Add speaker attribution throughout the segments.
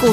Speaker 1: 股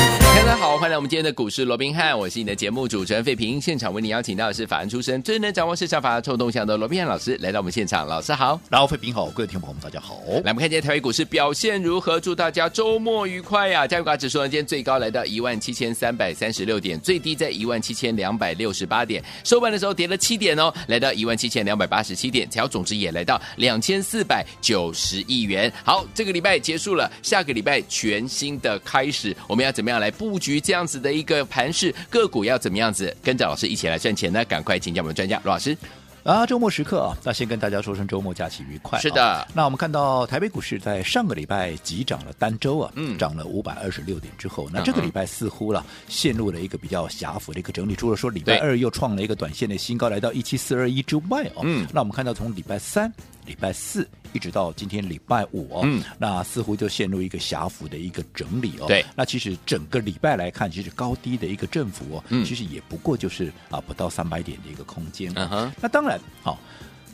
Speaker 2: 大家好，欢迎来我们今天的股市罗宾汉，我是你的节目主持人费平。现场为你邀请到的是法案出身、最能掌握市场法臭动向的罗宾汉老师，来到我们现场。老师好，
Speaker 3: 然后，费平好，各位听众朋友们，大家好。
Speaker 2: 来我们看今天台北股市表现如何？祝大家周末愉快呀、加权指数呢，今天最高来到一万七千三百三十六点，最低在一万七千两百六十八点，收盘的时候跌了七点哦，来到一万七千两百八十七点，成交总值也来到两千四百九十亿元。好，这个礼拜结束了，下个礼拜全新的开始，我们要怎么样来布局这样子的一个盘势？个股要怎么样子跟着老师一起来赚钱呢？赶快请教我们专家罗老师。
Speaker 3: 啊，周末时刻啊，那先跟大家说声周末假期愉快、啊。
Speaker 2: 是的
Speaker 3: 那我们看到台北股市在上个礼拜急涨了单周啊，
Speaker 2: 嗯
Speaker 3: 涨了五百二十六点之后，
Speaker 2: 嗯
Speaker 3: 那
Speaker 2: 嗯
Speaker 3: 这个礼拜似乎了陷入了一个比较狭幅的一个整理，除了说礼拜
Speaker 2: 对
Speaker 3: 二又创了一个短线的新高，来到一七四二一之外哦，
Speaker 2: 嗯
Speaker 3: 那我们看到从礼拜三、礼拜四。一直到今天礼拜五哦，
Speaker 2: 嗯
Speaker 3: 那似乎就陷入一个狭幅的一个整理哦。
Speaker 2: 对
Speaker 3: 那其实整个礼拜来看，其实高低的一个振幅哦，
Speaker 2: 嗯
Speaker 3: 其实也不过就是啊不到三百点的一个空间。哦
Speaker 2: 嗯哼，
Speaker 3: 那当然，好、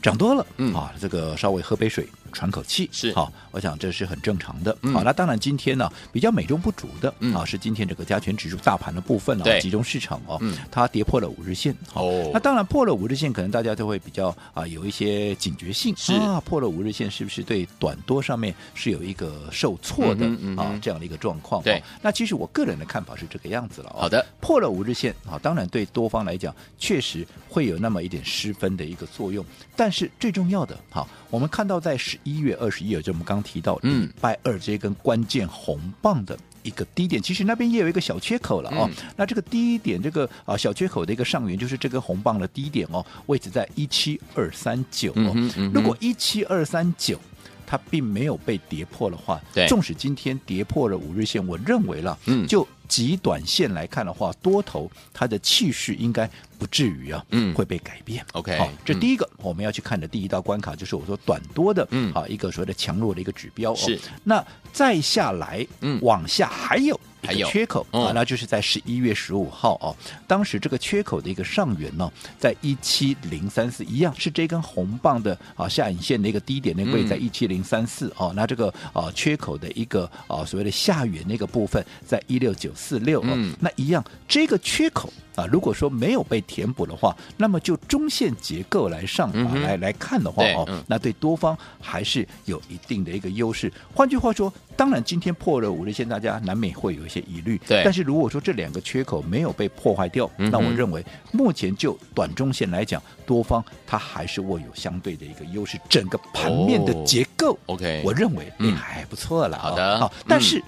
Speaker 3: 涨多了，
Speaker 2: 嗯
Speaker 3: 啊，这个稍微喝杯水，喘口气，
Speaker 2: 是
Speaker 3: 好、我想这是很正常的。好、
Speaker 2: 嗯
Speaker 3: 那当然今天呢、比较美中不足的、
Speaker 2: 嗯
Speaker 3: 啊，是今天这个加权指数大盘的部分
Speaker 2: 对
Speaker 3: 啊，集中市场哦，
Speaker 2: 嗯
Speaker 3: 它跌破了五日线。好
Speaker 2: 哦
Speaker 3: 那当然破了五日线，可能大家都会比较啊有一些警觉性，
Speaker 2: 是
Speaker 3: 啊，破了五日线是不是对短多上面是有一个受挫的、
Speaker 2: 嗯哼嗯哼
Speaker 3: 啊这样的一个状况？
Speaker 2: 对
Speaker 3: 哦那其实我个人的看法是这个样子了、哦。
Speaker 2: 好的，
Speaker 3: 破了五日线啊，当然对多方来讲确实会有那么一点失分的一个作用，但是最重要的哈、我们看到在十一月二十一，也就是我们刚提到
Speaker 2: 嗯
Speaker 3: 礼拜二这根关键红棒的。一个低点，其实那边也有一个小缺口了
Speaker 2: 嗯
Speaker 3: 哦。那这个低点，这个啊小缺口的一个上缘，就是这根红棒的低点哦，位置在一七二三九
Speaker 2: 嗯
Speaker 3: 哦。
Speaker 2: 哼嗯哼
Speaker 3: 如果一七二三九它并没有被跌破的话，
Speaker 2: 对
Speaker 3: 纵使今天跌破了五日线，我认为了，
Speaker 2: 嗯
Speaker 3: 就极短线来看的话，多头它的气势应该不至于啊，
Speaker 2: 嗯
Speaker 3: 会被改变。
Speaker 2: OK，
Speaker 3: 好，这
Speaker 2: 嗯
Speaker 3: 第一个我们要去看的第一道关卡就是我说短多的，
Speaker 2: 嗯
Speaker 3: 好一个所谓的强弱的一个指标、哦。
Speaker 2: 是，
Speaker 3: 那再下来，
Speaker 2: 嗯
Speaker 3: 往下还有。
Speaker 2: 还
Speaker 3: 一个
Speaker 2: 有
Speaker 3: 缺口、
Speaker 2: 嗯
Speaker 3: 啊，那就是在十一月十五号哦，当时这个缺口的一个上缘呢、在一七零三四，一样是这根红棒的啊下影线的一个低点那个位
Speaker 2: 嗯
Speaker 3: 在一七零三四哦，那这个啊缺口的一个啊所谓的下缘那个部分在一六九四六哦
Speaker 2: 嗯，
Speaker 3: 那一样这个缺口啊，如果说没有被填补的话，那么就中线结构来上、
Speaker 2: 嗯
Speaker 3: 啊
Speaker 2: 哼
Speaker 3: 来来看的话
Speaker 2: 对
Speaker 3: 哦，
Speaker 2: 嗯
Speaker 3: 那对多方还是有一定的一个优势。换句话说，当然今天破了五日线，大家难免会有一些疑虑。
Speaker 2: 对
Speaker 3: 但是如果说这两个缺口没有被破坏掉，
Speaker 2: 嗯哼
Speaker 3: 那我认为目前就短中线来讲，多方它还是握有相对的一个优势。整个盘面的
Speaker 2: 哦
Speaker 3: 结构，
Speaker 2: OK，
Speaker 3: 我认为
Speaker 2: 嗯
Speaker 3: 也还不错了、啊
Speaker 2: 好的
Speaker 3: 好
Speaker 2: 嗯，
Speaker 3: 但是、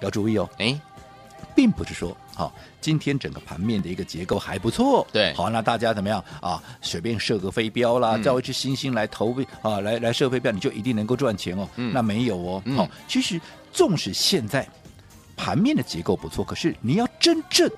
Speaker 3: 要注意哦，
Speaker 2: 哎，
Speaker 3: 并不是说好、今天整个盘面的一个结构还不错，
Speaker 2: 对
Speaker 3: 好，那大家怎么样啊？随便射个飞镖啦，
Speaker 2: 嗯
Speaker 3: 叫一只星星来投喂啊，来来射飞镖，你就一定能够赚钱哦？
Speaker 2: 嗯
Speaker 3: 那没有哦，好、
Speaker 2: 嗯
Speaker 3: 其实纵使现在盘面的结构不错，可是你要真正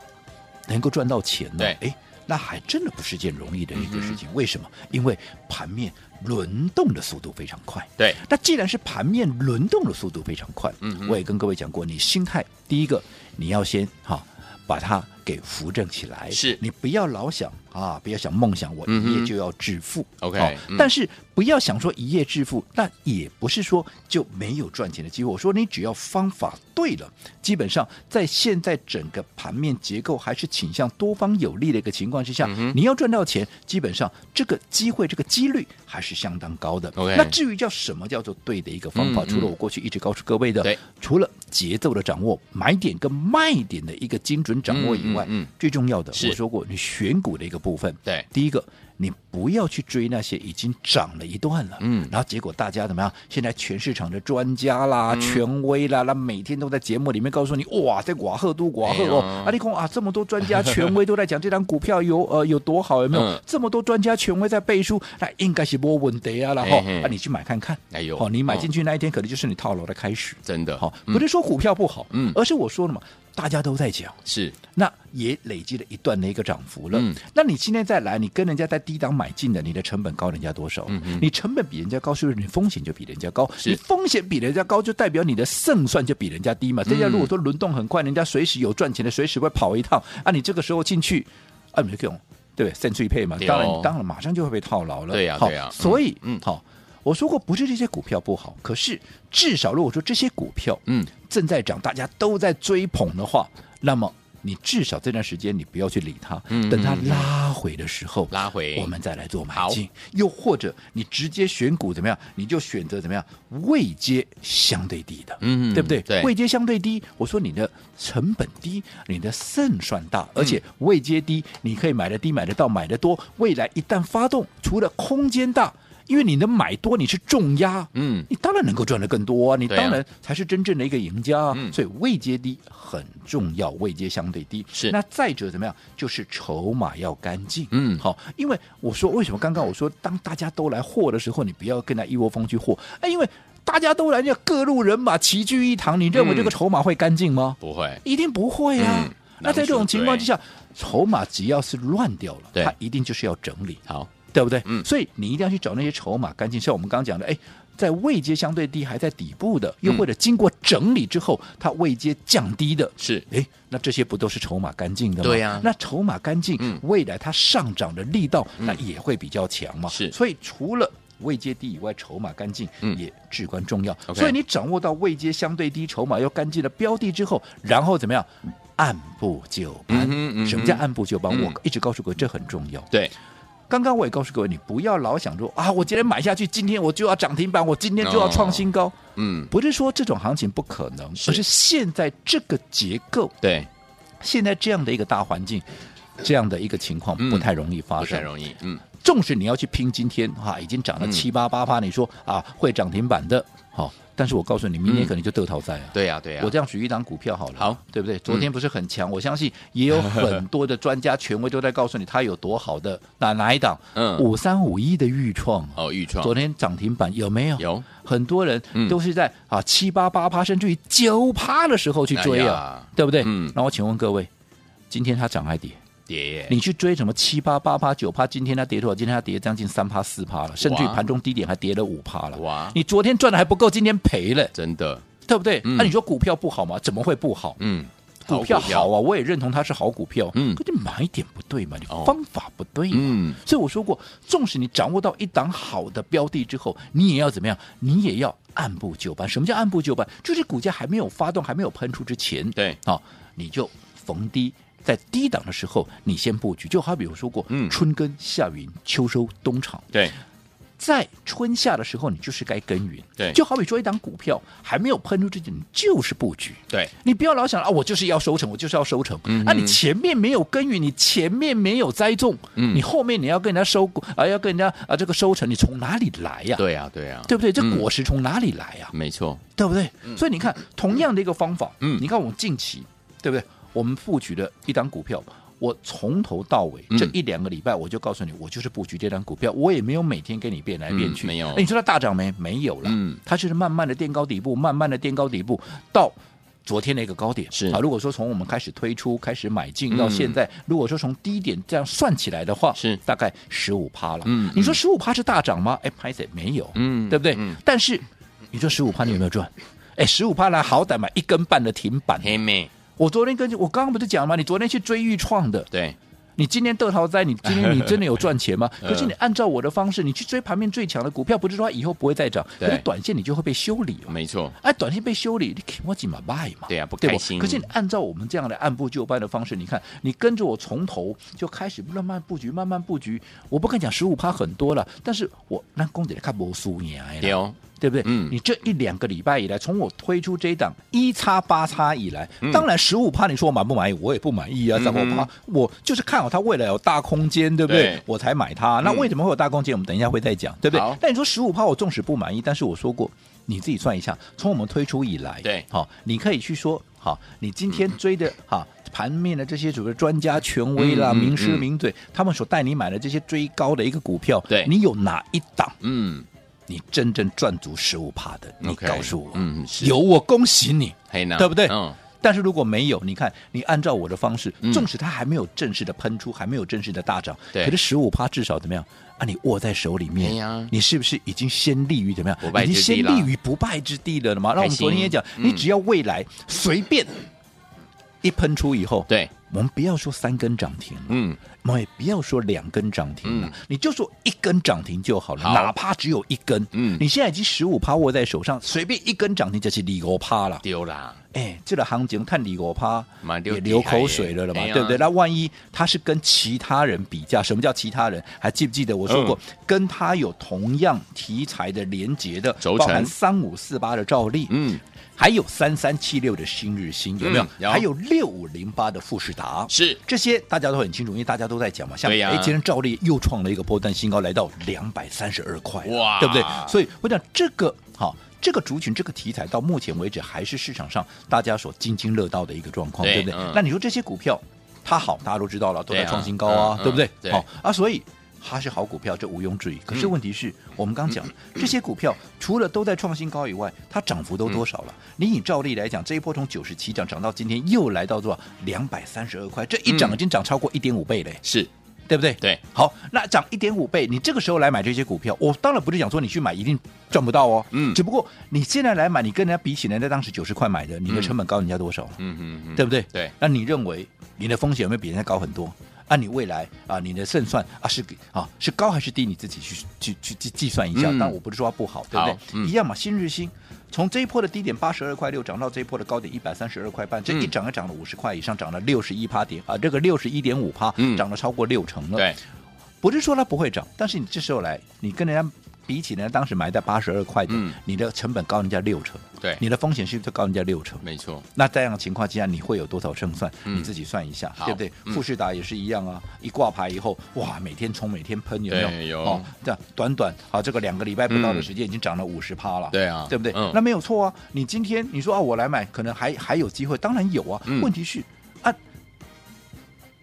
Speaker 3: 能够赚到钱呢、
Speaker 2: 对嗯
Speaker 3: 哎。那还真的不是件容易的一个事情，为什么？因为盘面轮动的速度非常快，
Speaker 2: 对，
Speaker 3: 那既然是盘面轮动的速度非常快，
Speaker 2: 嗯哼
Speaker 3: 我也跟各位讲过，你心态第一个你要先哈、把它给扶正起来，
Speaker 2: 是
Speaker 3: 你不要老想啊，不要想梦想我
Speaker 2: 嗯哼
Speaker 3: 一夜就要致富、
Speaker 2: OK，嗯
Speaker 3: 但是不要想说一夜致富，那也不是说就没有赚钱的机会。我说你只要方法对了，基本上在现在整个盘面结构还是倾向多方有利的一个情况之下，
Speaker 2: 嗯哼
Speaker 3: 你要赚到钱，基本上这个机会这个几率还是相当高的。
Speaker 2: OK
Speaker 3: 那至于叫什么叫做对的一个方法，
Speaker 2: 嗯
Speaker 3: 除了我过去一直告诉各位的，
Speaker 2: 对
Speaker 3: 除了节奏的掌握、买点跟卖点的一个精准掌握以外，
Speaker 2: 嗯嗯嗯
Speaker 3: 最重要的
Speaker 2: 是
Speaker 3: 我说过，你选股的一个部分，
Speaker 2: 对
Speaker 3: 第一个。你不要去追那些已经涨了一段了，
Speaker 2: 嗯
Speaker 3: 然后结果大家怎么样？现在全市场的专家啦、
Speaker 2: 嗯
Speaker 3: 权威啦，那每天都在节目里面告诉你，哇，这寡赫都寡赫
Speaker 2: 哎
Speaker 3: 哦，
Speaker 2: 呦
Speaker 3: 啊，你看啊，这么多专家权威都在讲这张股票有 呃有多好，有没有？
Speaker 2: 嗯
Speaker 3: 这么多专家权威在背书，那应该是没问题啊，然后
Speaker 2: 嘿嘿
Speaker 3: 啊，你去买看看，
Speaker 2: 哎呦
Speaker 3: 哦，你买
Speaker 2: 嗯
Speaker 3: 进去那一天可能就是你套牢的开始，
Speaker 2: 真的
Speaker 3: 好，
Speaker 2: 嗯
Speaker 3: 不是说股票不好，
Speaker 2: 嗯
Speaker 3: 而是我说了嘛，大家都在讲，
Speaker 2: 是
Speaker 3: 那也累积了一段的一个涨幅了。
Speaker 2: 嗯
Speaker 3: 那你今天再来，你跟人家在低档买进的，你的成本高人家多少？
Speaker 2: 嗯哼
Speaker 3: 你成本比人家高，是不是你风险就比人家高？
Speaker 2: 是
Speaker 3: 你风险比人家高，就代表你的胜算就比人家
Speaker 2: 嗯
Speaker 3: 低嘛。这家如果说轮动很快，人家随时有赚钱的，随时会跑一趟啊，你这个时候进去，啊，你就用对不对？胜出一配嘛，
Speaker 2: 对哦
Speaker 3: 当然你当然马上就会被套牢了。
Speaker 2: 对呀
Speaker 3: 好
Speaker 2: 对呀嗯
Speaker 3: 所以
Speaker 2: 嗯
Speaker 3: 好。我说过，不是这些股票不好，可是至少如果说这些股票，
Speaker 2: 嗯
Speaker 3: 正在涨，大家都在追捧的话，那么你至少这段时间你不要去理它，
Speaker 2: 嗯
Speaker 3: 等它
Speaker 2: 嗯嗯
Speaker 3: 拉回的时候，
Speaker 2: 拉回
Speaker 3: 我们再来做买进。又或者你直接选股怎么样？你就选择怎么样位阶相对低的，
Speaker 2: 嗯
Speaker 3: 对不对？
Speaker 2: 对
Speaker 3: 位阶相对低，我说你的成本低，你的胜算大，
Speaker 2: 嗯
Speaker 3: 而且位阶低，你可以买的低，买得到，买得多。未来一旦发动，除了空间大。因为你的买多，你是重压，
Speaker 2: 嗯
Speaker 3: 你当然能够赚得更多啊，你
Speaker 2: 对啊
Speaker 3: 当然才是真正的一个赢家啊。
Speaker 2: 嗯
Speaker 3: 所以位阶低很重要，位阶相对低
Speaker 2: 是
Speaker 3: 那再者怎么样，就是筹码要干净。
Speaker 2: 嗯
Speaker 3: 好，因为我说为什么刚刚我说当大家都来货的时候，你不要跟他一窝蜂去货，哎，因为大家都来，要各路人马齐聚一堂，你认为这个
Speaker 2: 嗯
Speaker 3: 筹码会干净吗？
Speaker 2: 不会，
Speaker 3: 一定不会啊。
Speaker 2: 嗯
Speaker 3: 那在这种情况之下，筹码只要是乱掉了，
Speaker 2: 对
Speaker 3: 它一定就是要整理。
Speaker 2: 好，
Speaker 3: 对不对？
Speaker 2: 嗯
Speaker 3: 所以你一定要去找那些筹码干净，像我们刚刚讲的，哎，在位阶相对低还在底部的，又
Speaker 2: 嗯
Speaker 3: 或者经过整理之后，它位阶降低的。
Speaker 2: 是
Speaker 3: 哎，那这些不都是筹码干净的吗？
Speaker 2: 对呀
Speaker 3: 那筹码干净，
Speaker 2: 嗯
Speaker 3: 未来它上涨的力道、那也会比较强嘛。
Speaker 2: 是
Speaker 3: 所以除了位阶低以外，筹码干净
Speaker 2: 嗯
Speaker 3: 也至关重要。
Speaker 2: OK
Speaker 3: 所以你掌握到位阶相对低、筹码要干净的标的之后，然后怎么样？按部就班。
Speaker 2: 嗯哼嗯哼
Speaker 3: 什么叫按部就班？
Speaker 2: 嗯
Speaker 3: 我一直告诉各位，这很重要。
Speaker 2: 对，
Speaker 3: 刚刚我也告诉各位，你不要老想说啊，我今天买下去，今天我就要涨停板，我今天就要创新高。
Speaker 2: 嗯
Speaker 3: 不是说这种行情不可能，
Speaker 2: 是
Speaker 3: 而是现在这个结构，
Speaker 2: 对，
Speaker 3: 现在这样的一个大环境，这样的一个情况
Speaker 2: 嗯
Speaker 3: 不太容易发
Speaker 2: 不太
Speaker 3: 生。
Speaker 2: 容易，嗯
Speaker 3: 纵使你要去拼今天哈、已经涨了
Speaker 2: 嗯
Speaker 3: 七八八趴，你说啊会涨停板的，好、但是我告诉你，明
Speaker 2: 嗯
Speaker 3: 天可能就得套赛啊。
Speaker 2: 对呀对呀，
Speaker 3: 我这样举一档股票好了，
Speaker 2: 好，嗯
Speaker 3: 对不对？昨天不是很强，我相信也有很多的专家权威都在告诉你它有多好的哪哪一档，
Speaker 2: 嗯
Speaker 3: 五三五一的预创啊，
Speaker 2: 哦预创
Speaker 3: 昨天涨停板有没有？
Speaker 2: 有
Speaker 3: 很多人
Speaker 2: 嗯
Speaker 3: 都是在啊七八八趴甚至于九趴的时候去追
Speaker 2: 哎呀
Speaker 3: 啊，对不对？
Speaker 2: 嗯哎
Speaker 3: 那我请问各位，今天它涨还跌？
Speaker 2: 跌耶，
Speaker 3: 你去追什么七八八趴九趴？今天它跌多少？今天它跌将近三趴四趴了，甚至于
Speaker 2: 哇
Speaker 3: 盘中低点还跌了五趴了。
Speaker 2: 哇
Speaker 3: 你昨天赚的还不够，今天赔了，
Speaker 2: 真的，
Speaker 3: 对不对？那、
Speaker 2: 嗯
Speaker 3: 你说股票不好吗？怎么会不好？
Speaker 2: 嗯，好
Speaker 3: 股票好啊，我也认同它是好股票，
Speaker 2: 嗯
Speaker 3: 可你买点不对嘛，你
Speaker 2: 哦
Speaker 3: 方法不对嘛，
Speaker 2: 嗯
Speaker 3: 所以我说过，纵使你掌握到一档好的标的之后，你也要怎么样？你也要按部就班。什么叫按部就班？就是股价还没有发动、还没有喷出之前，
Speaker 2: 对
Speaker 3: 啊、你就逢低。在低档的时候，你先布局，就好比我说过，
Speaker 2: 嗯
Speaker 3: 春耕、夏耘、秋收、冬藏，
Speaker 2: 对，
Speaker 3: 在春夏的时候，你就是该耕耘。
Speaker 2: 对
Speaker 3: 就好比说一档股票还没有喷出之前，你就是布局。
Speaker 2: 对，
Speaker 3: 你不要老想啊，我就是要收成，我就是要收成。
Speaker 2: 嗯
Speaker 3: 啊，你前面没有耕耘，你前面没有栽种，
Speaker 2: 嗯
Speaker 3: 你后面你要跟人家收啊、要跟人家啊这个收成，你从哪里来呀、
Speaker 2: 对呀对呀，
Speaker 3: 对不对？这
Speaker 2: 嗯
Speaker 3: 果实从哪里来呀、啊
Speaker 2: 没错，
Speaker 3: 对不对？所以你看，同样的一个方法，
Speaker 2: 嗯
Speaker 3: 你看我们近期，对不对？我们布局的一档股票，我从头到尾、
Speaker 2: 嗯
Speaker 3: 这一两个礼拜，我就告诉你，我就是布局这档股票，我也没有每天跟你变来变去，
Speaker 2: 嗯没有
Speaker 3: 哎你说它大涨没？没有了，
Speaker 2: 嗯
Speaker 3: 它就是慢慢的垫高底部，慢慢的垫高底部到。昨天的一个高点
Speaker 2: 是
Speaker 3: 啊，如果说从我们开始推出、开始买
Speaker 2: 嗯
Speaker 3: 进到现在，如果说从低点这样算起来的话，
Speaker 2: 是
Speaker 3: 大概十五趴了。
Speaker 2: 嗯
Speaker 3: 你说十五趴是大涨吗？哎，拍谁没有？
Speaker 2: 嗯
Speaker 3: 对不对？
Speaker 2: 嗯
Speaker 3: 但是你说十五趴你有没有赚？哎，十五趴来好歹买一根半的停板。
Speaker 2: 黑妹，
Speaker 3: 我昨天跟我刚刚不是讲吗？你昨天去追豫创的，
Speaker 2: 对，
Speaker 3: 你今天得逃灾，你今天你真的有赚钱吗？
Speaker 2: 嗯
Speaker 3: 可是你按照我的方式，你去追盘面最强的股票，不是说它以后不会再涨，
Speaker 2: 对
Speaker 3: 可是短线你就会被修理嘛。
Speaker 2: 没错，
Speaker 3: 哎，短线被修理，你肯我怎么卖嘛？
Speaker 2: 对啊不
Speaker 3: 对
Speaker 2: 开心
Speaker 3: 可是你按照我们这样的按部就班的方式，你看，你跟着我从头就开始慢慢布局，慢慢布局。我不敢讲十五趴很多了，但是我那公仔看不输你啊，
Speaker 2: 对哦，
Speaker 3: 对不对？
Speaker 2: 嗯
Speaker 3: 你这一两个礼拜以来，从我推出这一档一叉八叉以来，
Speaker 2: 嗯
Speaker 3: 当然十五趴，你说我满不满意？我也不满意啊，三五趴，我就是看好它未来有大空间，对不对？
Speaker 2: 对嗯
Speaker 3: 我才买它。那为什么会有大空间？我们等一下会再讲，对不
Speaker 2: 好
Speaker 3: 对？但你说十五趴，我纵使不满意，但是我说过，你自己算一下，从我们推出以来，
Speaker 2: 对嗯
Speaker 3: 好，你可以去说，好，你今天追的，哈。盘面的这些所谓专家权威啦、
Speaker 2: 嗯嗯
Speaker 3: 名师
Speaker 2: 嗯
Speaker 3: 名嘴，他们所带你买的这些追高的一个股票，
Speaker 2: 对
Speaker 3: 你有哪一档
Speaker 2: 嗯，
Speaker 3: 你真正赚足十五趴的，你
Speaker 2: OK，
Speaker 3: 告诉我，
Speaker 2: 嗯是
Speaker 3: 有我恭喜你，
Speaker 2: 黑娜，
Speaker 3: 对不对
Speaker 2: 嗯，
Speaker 3: 但是如果没有，你看你按照我的方式
Speaker 2: 嗯，
Speaker 3: 纵使它还没有正式的喷出，还没有正式的大涨，
Speaker 2: 对
Speaker 3: 可是十五趴至少怎么样？啊，你握在手里
Speaker 2: 哎
Speaker 3: 面，
Speaker 2: 呀
Speaker 3: 你是不是已经先立于怎么样？
Speaker 2: 不败之
Speaker 3: 已
Speaker 2: 地
Speaker 3: 经先
Speaker 2: 啦
Speaker 3: 立于不败之地了嘛？那我们昨天也讲，
Speaker 2: 开心嗯
Speaker 3: 你只要未来随便一喷出以后，
Speaker 2: 对，
Speaker 3: 我们不要说三根涨停了，
Speaker 2: 嗯，
Speaker 3: 我们也不要说两根涨停了，啊
Speaker 2: 嗯
Speaker 3: 你就说一根涨停就好了，
Speaker 2: 好
Speaker 3: 哪怕只有一根。
Speaker 2: 嗯
Speaker 3: 你现在已经十五趴握在手上，随便一根涨停就是五趴了。
Speaker 2: 丢啦，
Speaker 3: 哎，这个行情看五趴
Speaker 2: 蛮丢
Speaker 3: 也
Speaker 2: 底
Speaker 3: 流
Speaker 2: 海耶
Speaker 3: 口水了了嘛，
Speaker 2: 哎呀
Speaker 3: 对不对？那万一他是跟其他人比价，什么叫其他人？还记不记得我说过，
Speaker 2: 嗯
Speaker 3: 跟他有同样题材的连结的，
Speaker 2: 轴承
Speaker 3: 包含三五四八的照例，
Speaker 2: 嗯，
Speaker 3: 还有三三七六的新日新，有没有？
Speaker 2: 嗯有
Speaker 3: 还有六五零八的富士达，
Speaker 2: 是
Speaker 3: 这些大家都很清楚，因为大家都在讲嘛。像
Speaker 2: 对呀
Speaker 3: 哎，今天照例又创了一个波段新高，来到两百三十二块了，
Speaker 2: 哇
Speaker 3: 对不对？所以我讲这个好。这个族群、这个题材到目前为止还是市场上大家所津津乐道的一个状况，
Speaker 2: 对
Speaker 3: 对不对？
Speaker 2: 嗯
Speaker 3: 那你说这些股票它好，大家都知道了，都
Speaker 2: 对
Speaker 3: 在
Speaker 2: 啊
Speaker 3: 创新高啊，
Speaker 2: 嗯
Speaker 3: 对不对
Speaker 2: 嗯？对
Speaker 3: 好啊，所以它是好股票，这毋庸置疑。可是
Speaker 2: 嗯
Speaker 3: 问题是、我们刚讲了这些股票除了都在创新高以外，它涨幅都多少了？你以照例来讲，这一波从九十七涨涨到今天又来到多少？两百三十二块，这一涨
Speaker 2: 嗯
Speaker 3: 已经涨超过一点五倍嘞。
Speaker 2: 是
Speaker 3: 对不对？
Speaker 2: 对，
Speaker 3: 好，那涨一点五倍，你这个时候来买这些股票，我当然不是讲说你去买一定赚不到哦，
Speaker 2: 嗯
Speaker 3: 只不过你现在来买，你跟人家比起来，人家当时九十块买的，你的成本高人家多少？
Speaker 2: 嗯嗯嗯，
Speaker 3: 对不对？
Speaker 2: 对，
Speaker 3: 那你认为你的风险有没有比人家高很多？啊，你未来啊，你的胜算啊是啊是高还是低？你自己去去去计计算一下。
Speaker 2: 嗯
Speaker 3: 但我不是说它不好，对不
Speaker 2: 好
Speaker 3: 对？
Speaker 2: 嗯
Speaker 3: 一样嘛，新日新从这一波的低点八十二块六涨到这一波的高点一百三十二块半，这
Speaker 2: 嗯
Speaker 3: 一涨也涨了五十块以上，涨了六十一趴点啊，这个六十一点五趴
Speaker 2: 嗯，
Speaker 3: 涨了超过六成了。
Speaker 2: 对，
Speaker 3: 不是说它不会涨，但是你这时候来，你跟人家比起人家当时买在八十二块的，
Speaker 2: 嗯
Speaker 3: 你的成本高人家六成，
Speaker 2: 对
Speaker 3: 你的风险是不是高人家六成？
Speaker 2: 没错，
Speaker 3: 那这样的情况之下，你会有多少胜算？
Speaker 2: 嗯
Speaker 3: 你自己算一下，
Speaker 2: 好
Speaker 3: 对不对？
Speaker 2: 嗯
Speaker 3: 富士达也是一样啊，一挂牌以后，哇，每天冲，每天喷，有没
Speaker 2: 对
Speaker 3: 有？
Speaker 2: 有嗯
Speaker 3: 哦，这样短短啊，这个两个礼拜不到的时间，已经涨了五十趴了。
Speaker 2: 对啊
Speaker 3: 对不对
Speaker 2: 嗯？
Speaker 3: 那没有错啊。你今天你说啊，我来买，可能还还有机会，当然有啊
Speaker 2: 嗯。
Speaker 3: 问题是啊。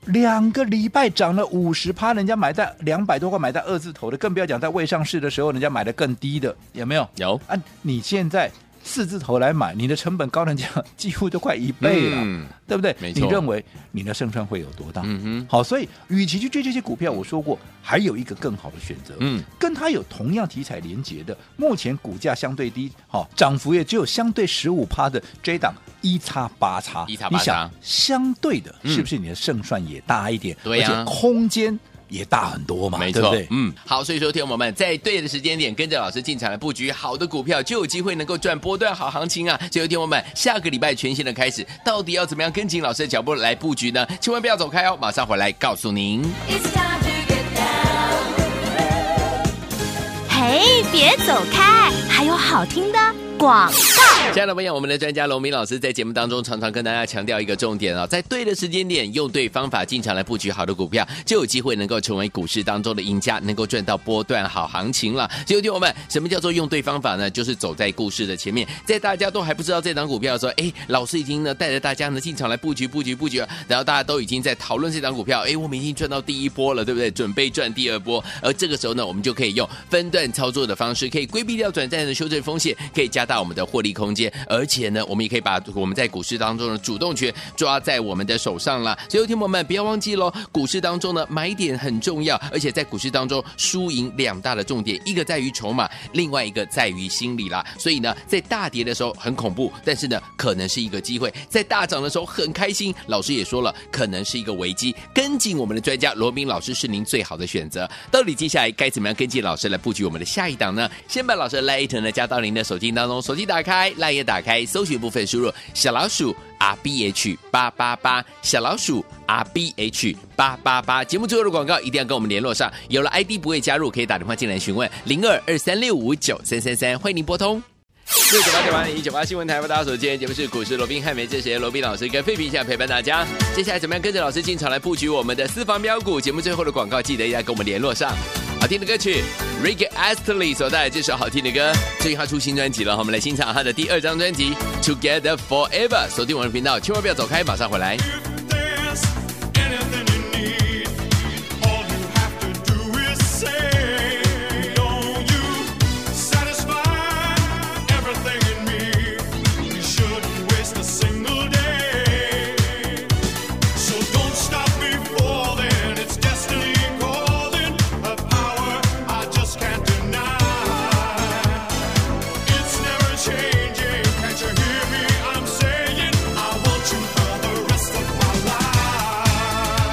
Speaker 3: 两个礼拜涨了五十趴，人家买在两百多块，买在二字头的，更不要讲在未上市的时候，人家买的更低的，有没有？
Speaker 2: 有
Speaker 3: 啊，你现在四字头来买，你的成本高人家几乎都快一倍了，
Speaker 2: 嗯
Speaker 3: 对不对？
Speaker 2: 没
Speaker 3: 你
Speaker 2: 错
Speaker 3: 认为你的胜算会有多大？
Speaker 2: 嗯
Speaker 3: 好，所以与其去追这些股票，我说过还有一个更好的选择，
Speaker 2: 嗯，
Speaker 3: 跟它有同样题材连结的，目前股价相对低，好、涨幅也只有相对十五趴的这一档一叉八叉，
Speaker 2: 1x8x
Speaker 3: 你想相对的
Speaker 2: 嗯
Speaker 3: 是不是你的胜算也大一点？
Speaker 2: 对呀
Speaker 3: 而且空间也大很多嘛，
Speaker 2: 没
Speaker 3: 对不
Speaker 2: 错，
Speaker 3: 对？
Speaker 2: 嗯，好，所以说，听我们在对的时间点跟着老师进场来布局好的股票，就有机会能够赚波段好行情啊！所以，听我们下个礼拜全新的开始，到底要怎么样跟紧老师的脚步来布局呢？千万不要走开哦，马上回来告诉您。
Speaker 4: It's time to get down.
Speaker 1: 嘿，别走开，还有好听的广。
Speaker 2: 亲爱的朋友我们的专家龙明老师在节目当中常常跟大家强调一个重点啊、在对的时间点用对方法进场来布局好的股票，就有机会能够成为股市当中的赢家，能够赚到波段好行情了。所以，听我们，什么叫做用对方法呢？就是走在故事的前面，在大家都还不知道这档股票的时候，哎，老师已经呢带着大家呢进场来布局、布局、布局了，然后大家都已经在讨论这档股票，哎，我们已经赚到第一波了，对不对？准备赚第二波，而这个时候呢，我们就可以用分段操作的方式，可以规避掉短暂的修正风险，可以加大我们的获利空间，而且呢，我们也可以把我们在股市当中的主动权抓在我们的手上了。所以，听众朋友们不要忘记喽，股市当中呢，买点很重要，而且在股市当中，输赢两大的重点，一个在于筹码，另外一个在于心理啦。所以呢，在大跌的时候很恐怖，但是呢，可能是一个机会；在大涨的时候很开心。老师也说了，可能是一个危机。跟紧我们的专家罗明老师是您最好的选择。到底接下来该怎么样跟进老师来布局我们的下一档呢？先把老师的 l i g h 呢加到您的手机当中，手机打开 l i 也打开，搜寻部分输入小老鼠 R B H 八八八，小老鼠 R B H 八八八。节目最后的广告一定要跟我们联络上，有了 ID 不会加入，可以打电话进来询问零二二三六五九三三三，欢迎您拨通。六九八九八零一九八新闻台为大家所见，节目是股市罗宾汉梅这些罗宾老师跟费皮一下陪伴大家。接下来怎么样跟着老师进场来布局我们的私房标股？节目最后的广告记得要跟我们联络上。好听的歌曲，Rick Astley 所带来这首好听的歌，最近他出新专辑了，我们来欣赏他的第二张专辑《Together Forever》。锁定我们的频道，千万不要走开，马上回来。
Speaker 5: If there's anything you need, all you have to do is say, "Don't you satisfy everything in me? You shouldn't waste a single day.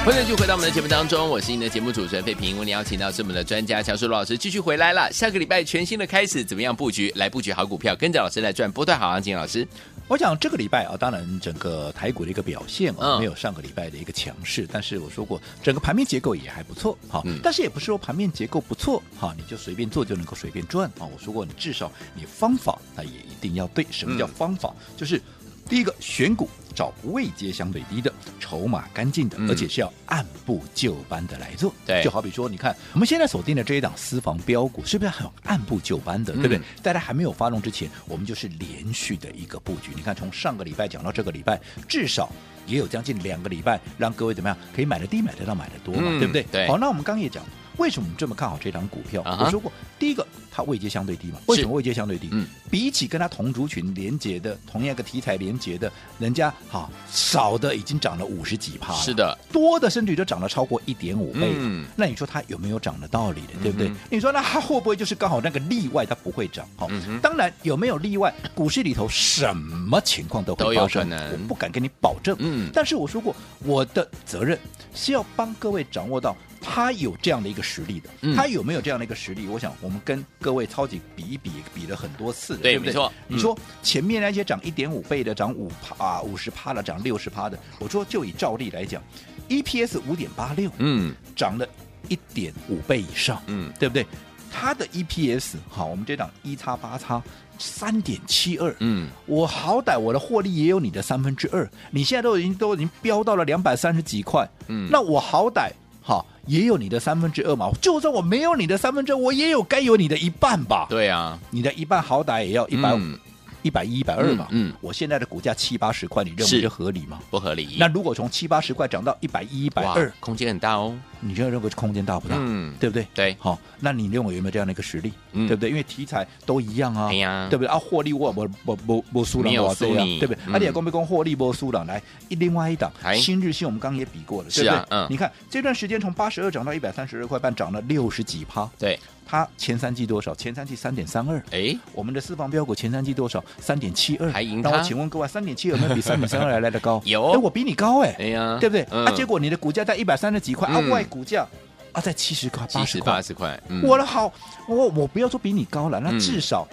Speaker 2: 欢迎继续回到我们的节目当中，我是您的节目主持人费平。为您邀请到是我们的专家乔舒罗老师继续回来了。下个礼拜全新的开始，怎么样布局来布局好股票，跟着老师来赚波段好行情。老师，
Speaker 3: 我想这个礼拜啊，当然整个台股的一个表现啊，
Speaker 2: 嗯
Speaker 3: 没有上个礼拜的一个强势，但是我说过，整个盘面结构也还不错，好，
Speaker 2: 嗯
Speaker 3: 但是也不是说盘面结构不错，好，你就随便做就能够随便赚啊。我说过，你至少你方法那也一定要对。什么叫
Speaker 2: 嗯
Speaker 3: 方法？就是第一个选股。找位阶相对低的、筹码干净的
Speaker 2: 嗯，
Speaker 3: 而且是要按部就班的来做。
Speaker 2: 对
Speaker 3: 就好比说，你看我们现在锁定的这一档私房标股，是不是很按部就班的，对不对
Speaker 2: 嗯？
Speaker 3: 在它还没有发动之前，我们就是连续的一个布局。你看，从上个礼拜讲到这个礼拜，至少也有将近两个礼拜，让各位怎么样可以买的低、买得到、买的多嘛，
Speaker 2: 嗯
Speaker 3: 对不对？
Speaker 2: 对
Speaker 3: 好，那我们刚刚也讲，为什么我们这么看好这档股票？
Speaker 2: 啊哈
Speaker 3: 我说过，第一个它位阶相对低嘛，为
Speaker 2: 是
Speaker 3: 什么位阶相对低？
Speaker 2: 嗯
Speaker 3: 比起跟它同族群连接的、同样一个题材连接的，人家哈少的已经涨了五十几趴了，
Speaker 2: 是的，
Speaker 3: 多的甚至于都涨了超过一点五倍了。
Speaker 2: 嗯
Speaker 3: 那你说它有没有涨的道理呢？对不对？
Speaker 2: 嗯哼
Speaker 3: 你说那它会不会就是刚好那个例外，它不会涨？好、
Speaker 2: 嗯哼
Speaker 3: 当然有没有例外，股市里头什么情况都
Speaker 2: 都
Speaker 3: 会
Speaker 2: 有
Speaker 3: 发生，
Speaker 2: 可能
Speaker 3: 我不敢跟你保证。
Speaker 2: 嗯
Speaker 3: 但是我说过，我的责任是要帮各位掌握到他有这样的一个实力的，
Speaker 2: 嗯
Speaker 3: 他有没有这样的一个实力？我想我们跟各位超级比一比，比了很多次了，
Speaker 2: 对
Speaker 3: 不
Speaker 2: 没
Speaker 3: 对？
Speaker 2: 错嗯
Speaker 3: 你说前面那些涨一点五倍的，涨五趴、啊五十趴的，涨六十趴的，我说就以照例来讲，EPS ，E 五点八六，
Speaker 2: 嗯
Speaker 3: 涨了一点五倍以上，
Speaker 2: 嗯，
Speaker 3: 对不对？它的 EPS 好，我们这档一叉八叉三点七二，
Speaker 2: 嗯，
Speaker 3: 我好歹我的获利也有你的三分之二，你现在都已经都已经飙到了两百三十几块，
Speaker 2: 嗯
Speaker 3: 那我好歹好也有你的三分之二嘛，就算我没有你的三分之二，我也有该有你的一半吧，
Speaker 2: 对啊，
Speaker 3: 你的一半好歹也要一百五
Speaker 2: 嗯、
Speaker 3: 一百一、一百二嘛，
Speaker 2: 嗯嗯
Speaker 3: 我现在的股价七八十块，你认
Speaker 2: 是
Speaker 3: 为这合理吗？
Speaker 2: 不合理。
Speaker 3: 那如果从七八十块涨到一百一、一百
Speaker 2: 哇
Speaker 3: 二，
Speaker 2: 空间很大哦。
Speaker 3: 你觉得这个空间大不大？
Speaker 2: 嗯，
Speaker 3: 对不对？
Speaker 2: 对
Speaker 3: 好，那你认为有没有这样的一个实力？
Speaker 2: 嗯
Speaker 3: 对不对？因为题材都一样啊，
Speaker 2: 哎呀
Speaker 3: 对不对？啊，获利我我我我我输了，
Speaker 2: 没有
Speaker 3: 我
Speaker 2: 输
Speaker 3: 对啊
Speaker 2: 你
Speaker 3: 对不对？
Speaker 2: 嗯
Speaker 3: 而且公没公获利波输了，来一另外一档
Speaker 2: 哎
Speaker 3: 新日新，我们刚刚也比过了，对
Speaker 2: 是
Speaker 3: 不对
Speaker 2: 啊？嗯
Speaker 3: 你看这段时间从八十二涨到一百三十二块半，涨了六十几趴，
Speaker 2: 对，
Speaker 3: 它前三季多少？前三季三点三二。
Speaker 2: 哎，
Speaker 3: 我们的私房标股前三季多少？三点七二，
Speaker 2: 还赢
Speaker 3: 那
Speaker 2: 它
Speaker 3: 我请问各位，三点七有没有比三点三二来来的高
Speaker 2: ？有
Speaker 3: 哎，我比你高哎、
Speaker 2: 哎呀，
Speaker 3: 对不对？
Speaker 2: 嗯
Speaker 3: 啊，结果你的股价在一百三十几块，啊
Speaker 2: 嗯，
Speaker 3: 外股价啊在七十块、八
Speaker 2: 七
Speaker 3: 十
Speaker 2: 十
Speaker 3: 块
Speaker 2: 八，十块，嗯
Speaker 3: 我的好，我我不要说比你高了，那
Speaker 2: 嗯
Speaker 3: 至少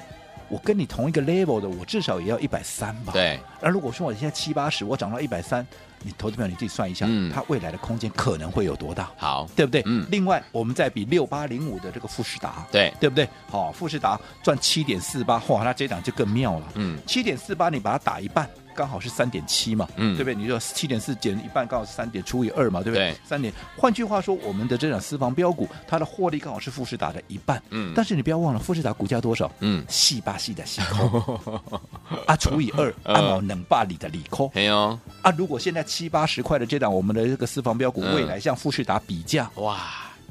Speaker 3: 我跟你同一个 level 的，我至少也要一百三吧。。
Speaker 2: 对，
Speaker 3: 而如果说我现在七八十，我涨到一百三，你投资朋友你自己算一下
Speaker 2: 嗯，
Speaker 3: 它未来的空间可能会有多大？
Speaker 2: 好，
Speaker 3: 对不对？
Speaker 2: 嗯
Speaker 3: 另外，我们再比六八零五的这个富士达，
Speaker 2: 对
Speaker 3: 对不对？好、富士达赚七点四八，哇，那这一档就更妙了。
Speaker 2: 嗯
Speaker 3: 七点四八你把它打一半，刚好是三点七嘛，
Speaker 2: 嗯
Speaker 3: 对不对？你就七点四减一半，刚好是三点除以二嘛，对不对
Speaker 2: 对？
Speaker 3: 三点，换句话说，我们的这档私房标股，它的获利刚好是富士达的一半。
Speaker 2: 嗯
Speaker 3: 但是你不要忘了，富士达股价多少？
Speaker 2: 嗯，
Speaker 3: 细巴细的细扣 啊，除以二，
Speaker 2: 嗯
Speaker 3: 按照能把你的里扣。
Speaker 2: 嘿哦，
Speaker 3: 啊，如果现在七八十块的这档我们的这个私房标股，
Speaker 2: 嗯
Speaker 3: 未来向富士达比价，
Speaker 2: 哇，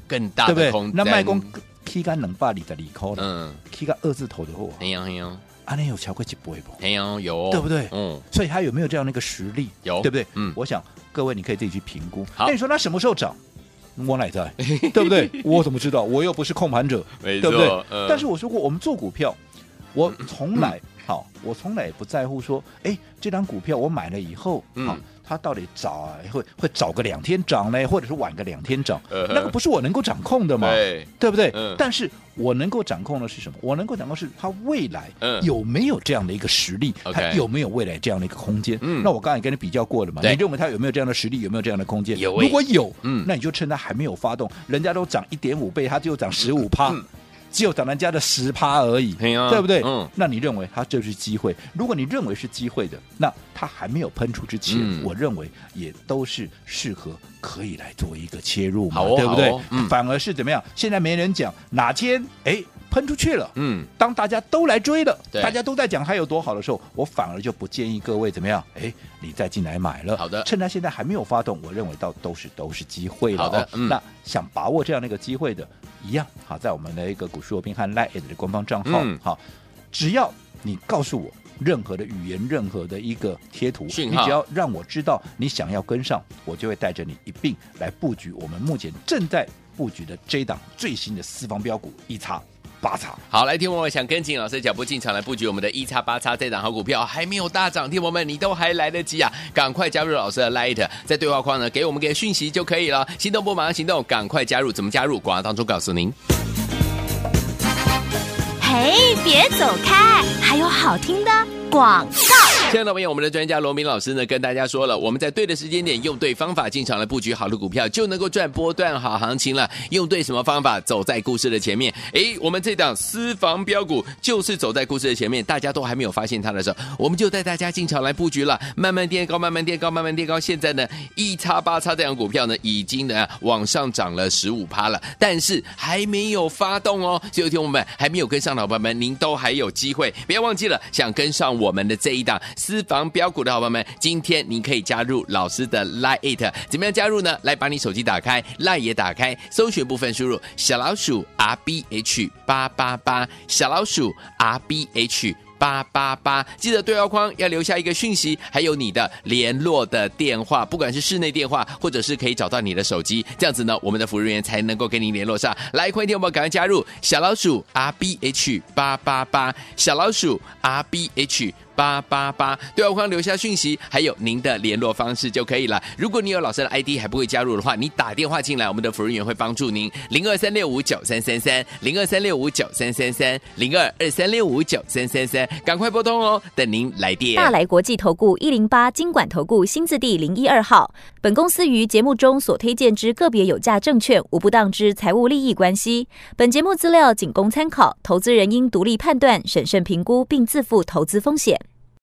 Speaker 2: 更大
Speaker 3: 对不
Speaker 2: 的
Speaker 3: 对
Speaker 2: 空？间，
Speaker 3: 那卖工 K 干能把你的理科了
Speaker 2: 嗯，
Speaker 3: ，K 干二字头的货啊，
Speaker 2: 嘿呦嘿呦
Speaker 3: 啊，那有瞧过几波不？
Speaker 2: 嘿呦，有哦，
Speaker 3: 对不对
Speaker 2: 嗯，
Speaker 3: 所以它有没有这样的一个实力？
Speaker 2: 有
Speaker 3: 对不对？
Speaker 2: 嗯
Speaker 3: 我想各位你可以自己去评估。
Speaker 2: 好
Speaker 3: 那你说那什么时候涨？我 哪在？对不对？我怎么知道？我又不是控盘者，
Speaker 2: 没
Speaker 3: 对
Speaker 2: 错
Speaker 3: 不对
Speaker 2: 嗯？
Speaker 3: 但是我说过，我们做股票，我从来好，我从来也不在乎说，哎，这张股票我买了以后，
Speaker 2: 嗯
Speaker 3: 好，它到底早啊会会早个两天涨呢，或者是晚个两天涨，
Speaker 2: 呃呵
Speaker 3: 那个不是我能够掌控的嘛？
Speaker 2: 对，
Speaker 3: 对不对？
Speaker 2: 嗯
Speaker 3: 但是我能够掌控的是什么？我能够掌控是它未来
Speaker 2: 嗯
Speaker 3: 有没有这样的一个实力，
Speaker 2: OK
Speaker 3: 它有没有未来这样的一个空间？
Speaker 2: 嗯
Speaker 3: 那我刚才跟你比较过了嘛，你
Speaker 2: 对
Speaker 3: 认为它有没有这样的实力，有没有这样的空间？
Speaker 2: 有欸
Speaker 3: 如果有，
Speaker 2: 嗯
Speaker 3: 那你就趁它还没有发动，人家都涨一点五倍，它只有涨十五趴。只有涨人家的十趴而已，
Speaker 2: 嗯嘿啊
Speaker 3: 对不对？
Speaker 2: 嗯
Speaker 3: 那你认为它就是机会？如果你认为是机会的，那它还没有喷出之前，
Speaker 2: 嗯
Speaker 3: 我认为也都是适合可以来做一个切入嘛，
Speaker 2: 好哦
Speaker 3: 对不对？
Speaker 2: 好哦嗯
Speaker 3: 反而是怎么样？现在没人讲，哪天哎喷出去了。
Speaker 2: 嗯，
Speaker 3: 当大家都来追了，
Speaker 2: 对
Speaker 3: 大家都在讲它有多好的时候，我反而就不建议各位怎么样？哎，你再进来买了。
Speaker 2: 好的
Speaker 3: 趁它现在还没有发动，我认为到都是都是机会了、哦。
Speaker 2: 好的嗯
Speaker 3: 那想把握这样的一个机会的，一样好，在我们的一个股市罗宾汉 Line 的官方账号，
Speaker 2: 嗯
Speaker 3: 好，只要你告诉我。任何的语言，任何的一个贴图，
Speaker 2: 讯
Speaker 3: 你
Speaker 2: 号
Speaker 3: 只要让我知道你想要跟上，我就会带着你一并来布局我们目前正在布局的这一档最新的私房标股一叉八叉。
Speaker 2: 好，来，天王们想跟紧老师的脚步进场来布局我们的一叉八叉这档好股票，还没有大涨，天王们你都还来得及啊！赶快加入老师的 Light，在对话框呢给我们个讯息就可以了。心动不马上行动，赶快加入，怎么加入？广告当中告诉您。
Speaker 1: 嘿，别走开，还有好听的广告。
Speaker 2: 亲爱的朋友我们的专家罗明老师呢跟大家说了，我们在对的时间点用对方法进场来布局好的股票，就能够赚波段好行情了。用对什么方法，走在故事的前面。诶，我们这档私房标股就是走在故事的前面，大家都还没有发现它的时候，我们就带大家进场来布局了，慢慢垫高，慢慢垫高，慢慢垫高。现在呢，一叉八叉这档股票呢已经呢往上涨了十五趴了，但是还没有发动哦。所以，听我们还没有跟上的伙伴们，您都还有机会，不要忘记了，想跟上我们的这一档私房标股的伙伴们，今天您可以加入老师的 Line It，怎么样加入呢？来把你手机打开，Line 也打开，搜寻部分输入小老鼠 R B H 八八八，小老鼠 R B H。八八八，记得对话框要留下一个讯息，还有你的联络的电话，不管是室内电话，或者是可以找到你的手机，这样子呢，我们的服务人员才能够跟您联络上。来，快点，我们赶快加入小老鼠 R B H 八八八，小老鼠 R B H。八八八，对话框留下讯息，还有您的联络方式就可以了。如果你有老师的 ID 还不会加入的话，你打电话进来，我们的服务人员会帮助您。零二三六五九三三三，零二三六五九三三三，零二二三六五九三三三，赶快拨通哦，等您来电。
Speaker 6: 大来国际投顾一零八金管投顾新字第零一二号。本公司于节目中所推荐之个别有价证券，无不当之财务利益关系。本节目资料仅供参考，投资人应独立判断、审慎评估，并自负投资风险。